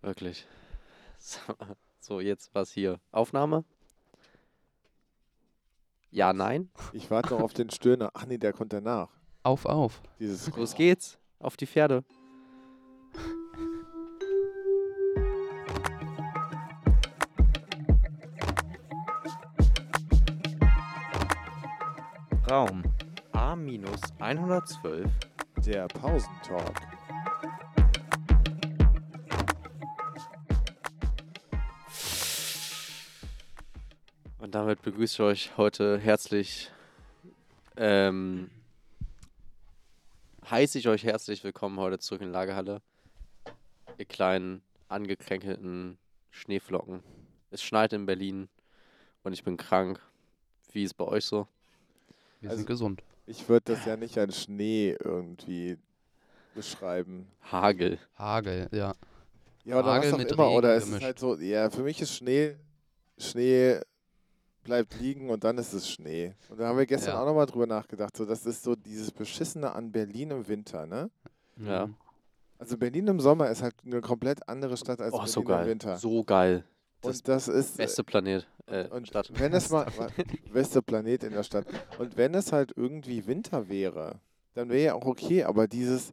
Wirklich. So, so, jetzt was hier. Aufnahme? Ja, nein. Ich warte noch auf den Stöhner. Ach nee, der kommt danach. Auf, auf. Dieses Los geht's. Auf die Pferde. Raum. A-112. der Pausentalk. Und damit begrüße ich euch heute herzlich. Ähm, heiße ich euch herzlich willkommen heute zurück in Lagerhalle. Ihr kleinen, angekränkelten Schneeflocken. Es schneit in Berlin und ich bin krank. Wie ist bei euch so? Wir Also- sind gesund. Ich würde das ja nicht als Schnee irgendwie beschreiben. Hagel. Hagel, ja. Ja, oder Hagel was auch mit immer. Regen oder es ist gemischt. halt so, ja, für mich ist Schnee, Schnee bleibt liegen und dann ist es Schnee. Und da haben wir gestern Ja. auch nochmal drüber nachgedacht. So, das ist so dieses Beschissene an Berlin im Winter, ne? Ja. Mhm. Also Berlin im Sommer ist halt eine komplett andere Stadt als oh, Berlin so im geil. Winter. So geil. das und das ist Beste Planet. Äh, Und Stadt. wenn es mal wa- beste Planet in der Stadt. Und wenn es halt irgendwie Winter wäre, dann wäre ja auch okay, aber dieses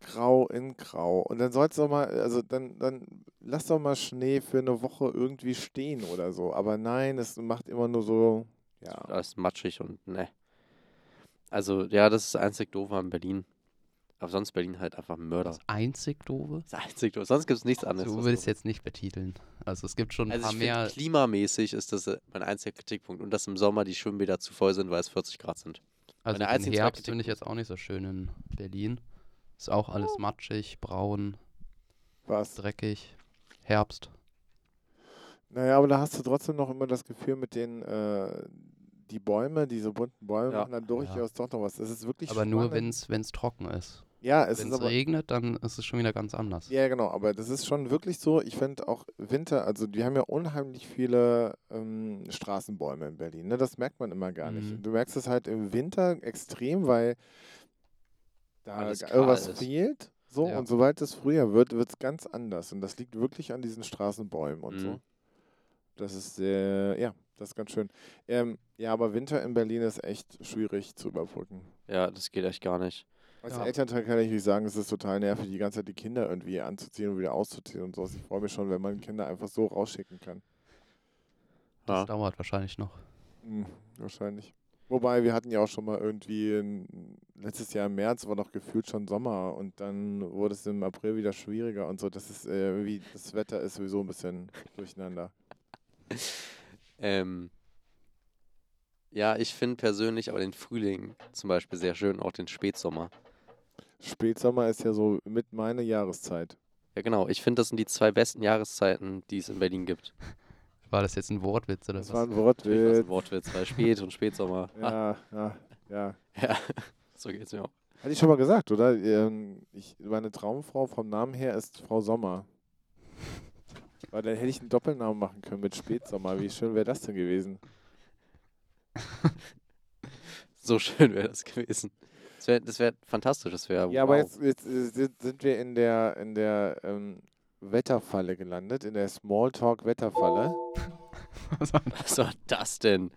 Grau in Grau. Und dann soll's doch mal, also dann, dann lass doch mal Schnee für eine Woche irgendwie stehen oder so. Aber nein, es macht immer nur so, ja. alles matschig und ne. Also, ja, das ist das einzig doofe an Berlin. Aber sonst Berlin halt einfach ein Mörder. Das einzig doofe. Das einzig doofe. Sonst gibt es nichts anderes. So was will doof ich es jetzt nicht betiteln. Also es gibt schon ein Also paar ich finde, mehr. klimamäßig ist das äh, mein einziger Kritikpunkt. Und dass im Sommer die Schwimmbäder zu voll sind, weil es 40 Grad sind. Also meine den einzigen zwei Herbst finde ich jetzt auch nicht so schön in Berlin. Ist auch alles matschig, braun, Was? dreckig. Herbst. Naja, aber da hast du trotzdem noch immer das Gefühl mit den, äh, die Bäume, diese bunten Bäume Ja. machen dann durchaus doch noch was. Es ist wirklich aber nur, wenn spannend. es trocken ist. Ja, es Wenn ist es aber regnet, dann ist es schon wieder ganz anders. Ja, genau, aber das ist schon wirklich so. Ich finde auch Winter, also wir haben ja unheimlich viele ähm, Straßenbäume in Berlin. Ne? Das merkt man immer gar Mhm. nicht. Du merkst es halt im Winter extrem, weil da Alles g- kahl irgendwas ist. fehlt. So, Ja. und sobald es früher wird, wird es ganz anders. Und das liegt wirklich an diesen Straßenbäumen und so. Mhm. Das ist sehr, ja, das ist ganz schön. Ähm, ja, aber Winter in Berlin ist echt schwierig zu überbrücken. Ja, das geht echt gar nicht. Als Ja. Elternteil kann ich nicht sagen, es ist total nervig, die ganze Zeit die Kinder irgendwie anzuziehen und wieder auszuziehen und sowas. Ich freue mich schon, wenn man Kinder einfach so rausschicken kann. Das Ja. dauert wahrscheinlich noch. Hm, wahrscheinlich. Wobei, wir hatten ja auch schon mal irgendwie, in, letztes Jahr im März war doch gefühlt schon Sommer und dann wurde es im April wieder schwieriger und so. Das ist äh, irgendwie, das Wetter ist sowieso ein bisschen durcheinander. Ähm, ja, ich finde persönlich aber den Frühling zum Beispiel sehr schön, auch den Spätsommer. Spätsommer ist ja so mit meine Jahreszeit. Ja, genau. Ich finde, das sind die zwei besten Jahreszeiten, die es in Berlin gibt. War das jetzt ein Wortwitz oder Das war was? ein Natürlich war es ein Wortwitz. Wortwitz, weil Spät und Spätsommer. Ah, Ja, ja, ja. ja. So geht's mir auch. Hatte ich schon mal gesagt, oder? Ähm, Ich, meine Traumfrau vom Namen her ist Frau Sommer. Weil dann hätte ich einen Doppelnamen machen können mit Spätsommer. Wie schön wäre das denn gewesen? So schön wäre das gewesen. Das wäre das wär fantastisch. Das wäre Ja, wow. aber jetzt, jetzt äh, sind- sind wir in der, in der ähm, Wetterfalle gelandet, in der Smalltalk-Wetterfalle. Was war das denn?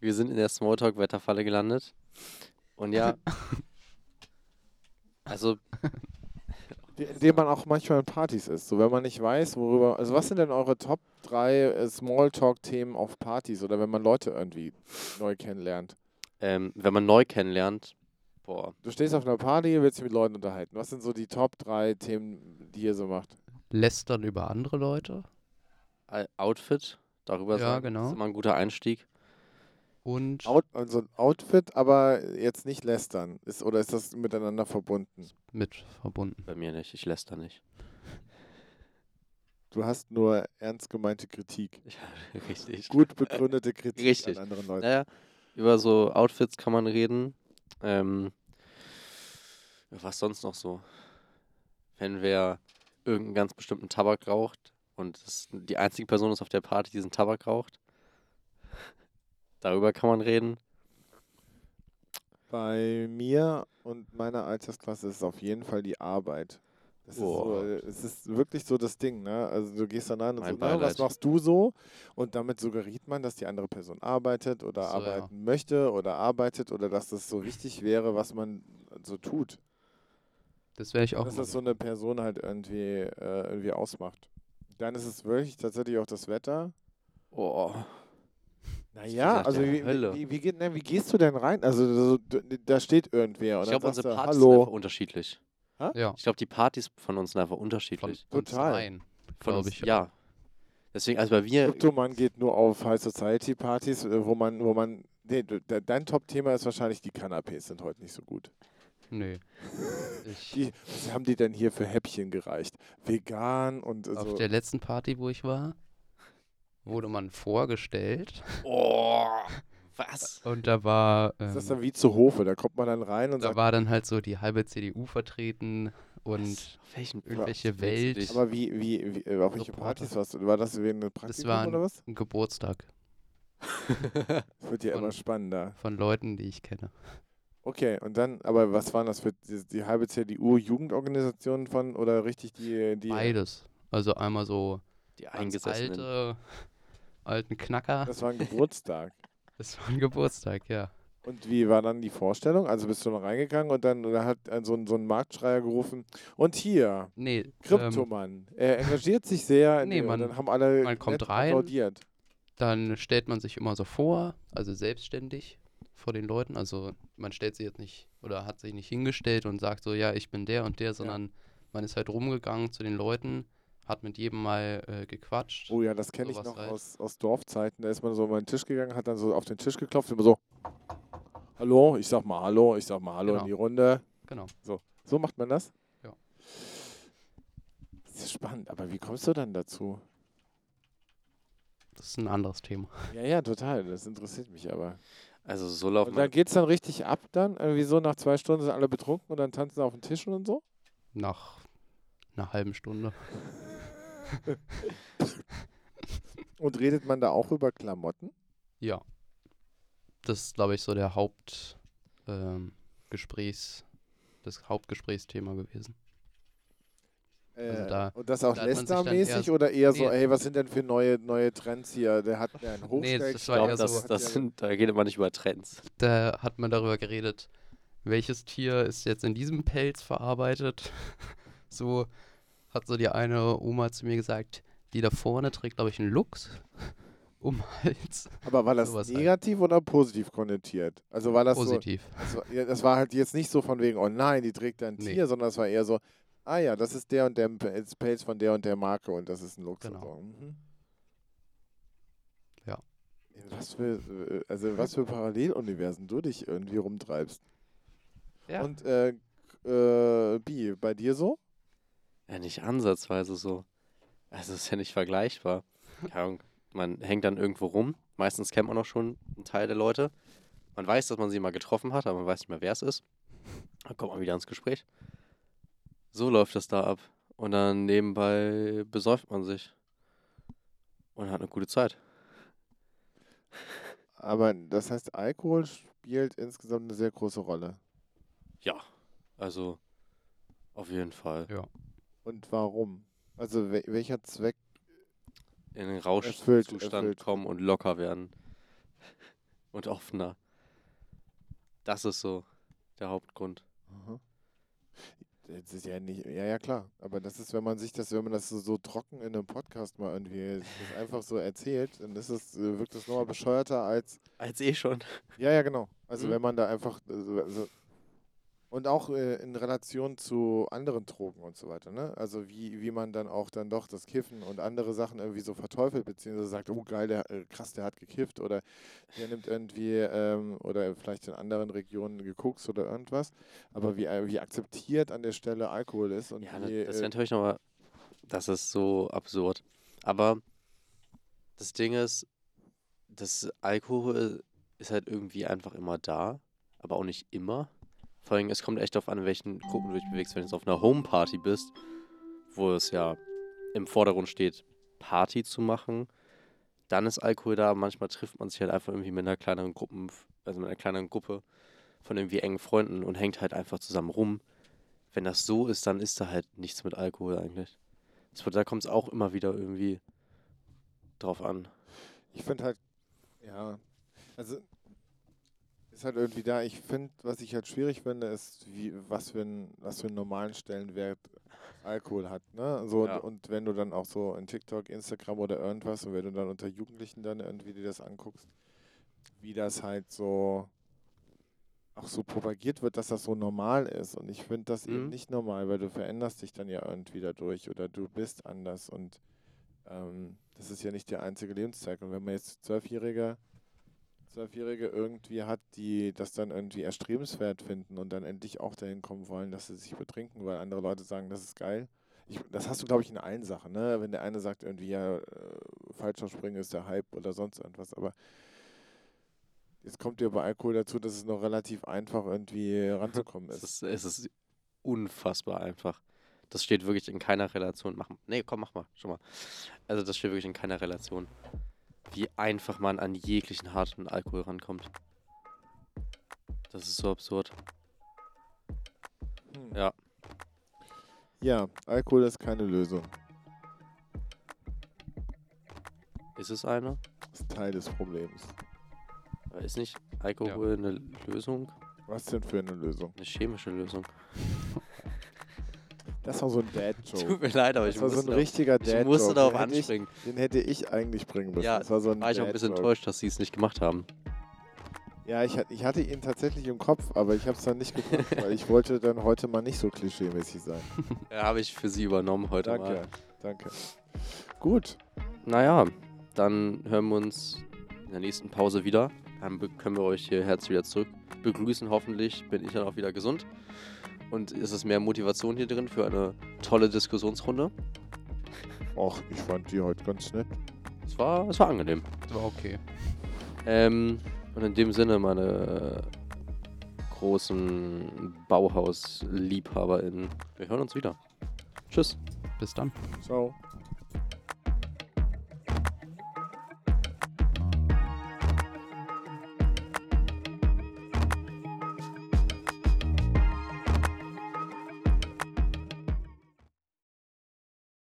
Wir sind in der Smalltalk-Wetterfalle gelandet. Und ja. Also, die- In dem man auch manchmal in Partys ist. So, wenn man nicht weiß, worüber. Also, was sind denn eure Top 3 äh, Smalltalk-Themen auf Partys oder wenn man Leute irgendwie neu kennenlernt? ähm, wenn man neu kennenlernt, boah, Du stehst auf einer Party, willst dich mit Leuten unterhalten. Was sind so die Top 3 Themen, die ihr so macht? Lästern über andere Leute Ei- Outfit, darüber Ja, sagen, genau. ist immer ein guter Einstieg. und Out, also ein Outfit, aber jetzt nicht lästern. Ist, oder ist das miteinander verbunden? mit verbunden. Bei mir nicht, ich lässt da nicht. Du hast nur ernst gemeinte Kritik. Richtig. Gut begründete Kritik Richtig. Äh, an anderen Leuten. Naja, über so Outfits kann man reden. Ähm, ja, was sonst noch so? Wenn wer irgendeinen ganz bestimmten Tabak raucht und das die einzige Person ist auf der Party, die diesen Tabak raucht, darüber kann man reden. Bei mir und meiner Altersklasse ist es auf jeden Fall die Arbeit. Das Boah. ist so, äh, es ist wirklich so das Ding, ne? Also du gehst dann rein und Mein so, na, was Beileid. machst du so? Und damit suggeriert man, dass die andere Person arbeitet oder So, ja. arbeiten möchte oder arbeitet oder dass das so wichtig wäre, was man so tut. Das wäre ich auch. dass mal das so eine Person halt irgendwie, äh, irgendwie ausmacht. Dann ist es wirklich tatsächlich auch das Wetter. Oh. Naja, gesagt, also ja, wie, Hölle. wie, wie, geht, na, wie gehst du denn rein? Also so, du- da steht irgendwer und Ich dann glaube, sagst unsere du, Partys sind einfach hallo. unterschiedlich. Ja, Ich glaube, die Partys von uns sind einfach von unterschiedlich. uns Total. dreien. Von, glaub uns, ich, ja. Deswegen, also bei mir, Kryptoman geht nur auf High Society Partys, äh, wo man, wo man, nee, du- de- dein Top-Thema ist wahrscheinlich, die Canapés sind heute nicht so gut. Nö. Ich, Die, was haben die denn hier für Häppchen gereicht? Vegan und äh, Auf so. der letzten Party, wo ich war, wurde man vorgestellt oh, was? und da war, ähm, Ist das dann wie zu Hofe? Da kommt man dann rein und da sagt, war dann halt so die halbe CDU vertreten und Was? Auf welchen irgendwelche willst du Welt- dich? aber wie, wie, wie äh, auf welche Reporter. Partys warst du? War das wie ein Praktikum waren- oder was? ein Geburtstag Das wird ja von- immer spannender. von Leuten, die ich kenne. Okay, und dann, aber was waren das für die, die halbe CDU-Jugendorganisation von oder richtig die, die Beides. Also einmal so die ganz Eingesessenen. alte, alten Knacker. das war ein Geburtstag. Das war ein Geburtstag, ja. Und wie war dann die Vorstellung? Also bist du noch reingegangen und dann oder hat ein- so ein, so ein Marktschreier gerufen, und hier, Nee, ähm, Kryptomann, er engagiert sich sehr. in nee, dem." man- und dann haben alle man kommt nett rein. applaudiert. dann stellt man sich immer so vor, also selbstständig vor den Leuten. Also man stellt sich jetzt nicht oder hat sich nicht hingestellt und sagt so, ja, ich bin der und der, sondern man ist halt rumgegangen zu den Leuten, hat mit jedem mal äh, gequatscht. Oh ja, das kenne ich Sowas noch halt. aus, aus Dorfzeiten. Da ist man so an meinen Tisch gegangen, hat dann so auf den Tisch geklopft, immer so, hallo, ich sag mal hallo, ich sag mal hallo Genau. in die Runde. Genau. So macht man das? Ja. Das ist spannend, aber wie kommst du dann dazu? Das ist ein anderes Thema. Ja, ja, total, das interessiert mich aber. Also so laufen Und dann meine, geht's dann richtig ab dann? Irgendwie so nach zwei Stunden sind alle betrunken und dann tanzen sie auf den Tischen und so? Nach einer halben Stunde. Und redet man da auch über Klamotten? Ja. Das ist, glaube ich, so der Haupt, ähm, Gesprächs, das Hauptgesprächsthema gewesen. Also Äh, da- und das auch da hat man sich dann Lester-mäßig eher- oder eher so, Nee. ey, was sind denn für neue, neue Trends hier? Der hat mir einen Nee, das- Hochsteck. das ich war glaube, eher so- das, das sind, da geht immer nicht über Trends. Da hat man darüber geredet, welches Tier ist jetzt in diesem Pelz verarbeitet. So hat so die eine Oma zu mir gesagt, die da vorne trägt, glaube ich, einen Luchs um den Hals. Aber war das Sowas halt. negativ oder positiv konnotiert? Also war das Positiv. so, das war, ja, das war halt jetzt nicht so von wegen, oh nein, die trägt ein Nee. Tier, sondern es war eher so, ah ja, das ist der und der P- ist Pelz von der und der Marke und das ist ein Luchs. Genau. Und so. mhm. Ja. In Was für, äh, also in was für Paralleluniversen du dich irgendwie rumtreibst. Ja. Und äh, äh, Bi, bei dir so? Ja, nicht ansatzweise so. Also ist ja nicht vergleichbar. Keine Ahnung, man hängt dann irgendwo rum. Meistens kennt man auch schon einen Teil der Leute. Man weiß, dass man sie mal getroffen hat, aber man weiß nicht mehr, wer es ist. Dann kommt man wieder ins Gespräch. So läuft das da ab. Und dann nebenbei besäuft man sich. Und hat eine gute Zeit. Aber das heißt, Alkohol spielt insgesamt eine sehr große Rolle. Ja, also auf jeden Fall. Und warum? Also wel- welcher Zweck In den Erfüllt, Rauschzustand erfüllt. kommen und locker werden. Und offener. Das ist so der Hauptgrund. Aha. Das ist ja nicht, ja, ja, klar. Aber das ist, wenn man sich das, wenn man das so, so trocken in einem Podcast mal irgendwie das einfach so erzählt, dann ist es, äh, wirkt das nochmal bescheuerter als. Als eh schon. Ja, ja, genau. Also Mhm. wenn man da einfach. äh, so- so- und auch äh, in Relation zu anderen Drogen und so weiter, ne? Also wie, wie man dann auch dann doch das Kiffen und andere Sachen irgendwie so verteufelt, beziehungsweise sagt, oh geil, der, äh, krass, der hat gekifft oder der nimmt irgendwie, ähm, oder vielleicht in anderen Regionen gekokst oder irgendwas. Aber wie, äh, wie akzeptiert an der Stelle Alkohol ist und Ja, wie, na- das ist äh, natürlich nochmal. Das ist so absurd. Aber das Ding ist, das Alkohol ist halt irgendwie einfach immer da, aber auch nicht immer. Vor allem, es kommt echt darauf an, in welchen Gruppen du dich bewegst. Wenn du jetzt auf einer Homeparty bist, wo es ja im Vordergrund steht, Party zu machen, dann ist Alkohol da. Manchmal trifft man sich halt einfach irgendwie mit einer kleineren Gruppen, also mit einer kleineren Gruppe von irgendwie engen Freunden und hängt halt einfach zusammen rum. wenn das so ist, dann ist da halt nichts mit Alkohol eigentlich. Das wird, da kommt es auch immer wieder irgendwie drauf an. Ich finde halt, ja, also ist halt irgendwie da. Ich finde, was ich halt schwierig finde, ist, wie, was, für ein, was für einen normalen Stellenwert Alkohol hat. Ne? So, Ja. Und wenn du dann auch so in TikTok, Instagram oder irgendwas und wenn du dann unter Jugendlichen dann irgendwie dir das anguckst, wie das halt so auch so propagiert wird, dass das so normal ist. Und ich finde das eben Mhm. nicht normal, weil du veränderst dich dann ja irgendwie dadurch oder du bist anders und ähm, das ist ja nicht der einzige Lebenszeit. Und wenn man jetzt Zwölfjährige, Zwölfjährige irgendwie hat, die das dann irgendwie erstrebenswert finden und dann endlich auch dahin kommen wollen, dass sie sich betrinken, weil andere Leute sagen, das ist geil. Ich, das hast du, glaube ich, in allen Sachen. Ne? Wenn der eine sagt, irgendwie, ja, äh, Fallschirmspringen ist der Hype oder sonst irgendwas. Aber jetzt kommt ja bei Alkohol dazu, dass es noch relativ einfach irgendwie ranzukommen Es ist. ist, es ist unfassbar einfach. Das steht wirklich in keiner Relation. Mach, nee, komm, mach mal, schon mal. Also das steht wirklich in keiner Relation. Wie einfach man an jeglichen harten Alkohol rankommt. Das ist so absurd. Hm. ja. Ja, Alkohol ist keine Lösung. Ist es eine? Ist Teil des Problems. Ist nicht Alkohol eine Lösung? Was denn für eine Lösung? Eine chemische Lösung. Das war so ein Tut Dad-Joke. mir leid, aber Oh. Das ich war so musste, ein da- richtiger ich Dad-Joke. musste darauf Den hätte ich- anspringen. Den hätte ich eigentlich bringen müssen. Ja, das war so ein War ich auch ein bisschen Dad-Joke. enttäuscht, dass sie es nicht gemacht haben. Ja, ich, hat- ich hatte ihn tatsächlich im Kopf, aber ich habe es dann nicht gebracht, weil ich wollte dann heute mal nicht so klischeemäßig sein. Ja, habe ich für sie übernommen heute mal. Danke, danke. Gut, Naja, dann hören wir uns in der nächsten Pause wieder. Dann be- können wir euch hier herzlich wieder zurück begrüßen. Hoffentlich bin ich dann auch wieder gesund. Und ist es mehr Motivation hier drin für eine tolle Diskussionsrunde? ach, ich fand die heute ganz nett. Es war, es war angenehm. Das war okay. Ähm, und in dem Sinne, meine großen Bauhaus-LiebhaberInnen, wir hören uns wieder. Tschüss. Bis dann. Ciao.